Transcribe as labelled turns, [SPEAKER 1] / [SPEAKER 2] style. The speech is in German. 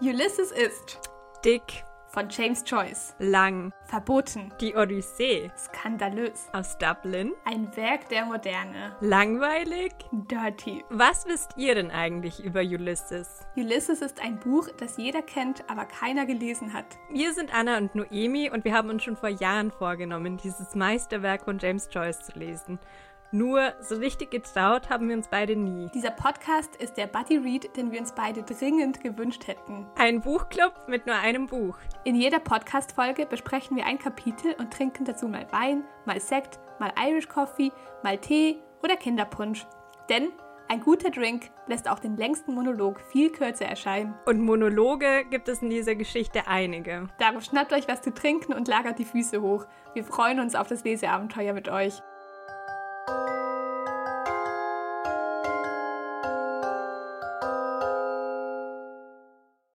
[SPEAKER 1] Ulysses ist
[SPEAKER 2] Dick,
[SPEAKER 1] von James Joyce.
[SPEAKER 2] Lang,
[SPEAKER 1] Verboten.
[SPEAKER 2] die Odyssee
[SPEAKER 1] Skandalös.
[SPEAKER 2] aus Dublin,
[SPEAKER 1] Ein Werk der Moderne.
[SPEAKER 2] langweilig.
[SPEAKER 1] Dirty.
[SPEAKER 2] Was wisst ihr denn eigentlich über Ulysses?
[SPEAKER 1] Ulysses ist ein Buch, das jeder kennt, aber keiner gelesen hat.
[SPEAKER 2] Wir sind Anna und Noemi und wir haben uns schon vor Jahren vorgenommen, dieses Meisterwerk von James Joyce zu lesen. Nur so richtig getraut haben wir uns beide nie.
[SPEAKER 1] Dieser Podcast ist der Buddy Read, den wir uns beide dringend gewünscht hätten.
[SPEAKER 2] Ein Buchclub mit nur einem Buch.
[SPEAKER 1] In jeder Podcast-Folge besprechen wir ein Kapitel und trinken dazu mal Wein, mal Sekt, mal Irish Coffee, mal Tee oder Kinderpunsch. Denn ein guter Drink lässt auch den längsten Monolog viel kürzer erscheinen.
[SPEAKER 2] Und Monologe gibt es in dieser Geschichte einige.
[SPEAKER 1] Darum schnappt euch was zu trinken und lagert die Füße hoch. Wir freuen uns auf das Leseabenteuer mit euch.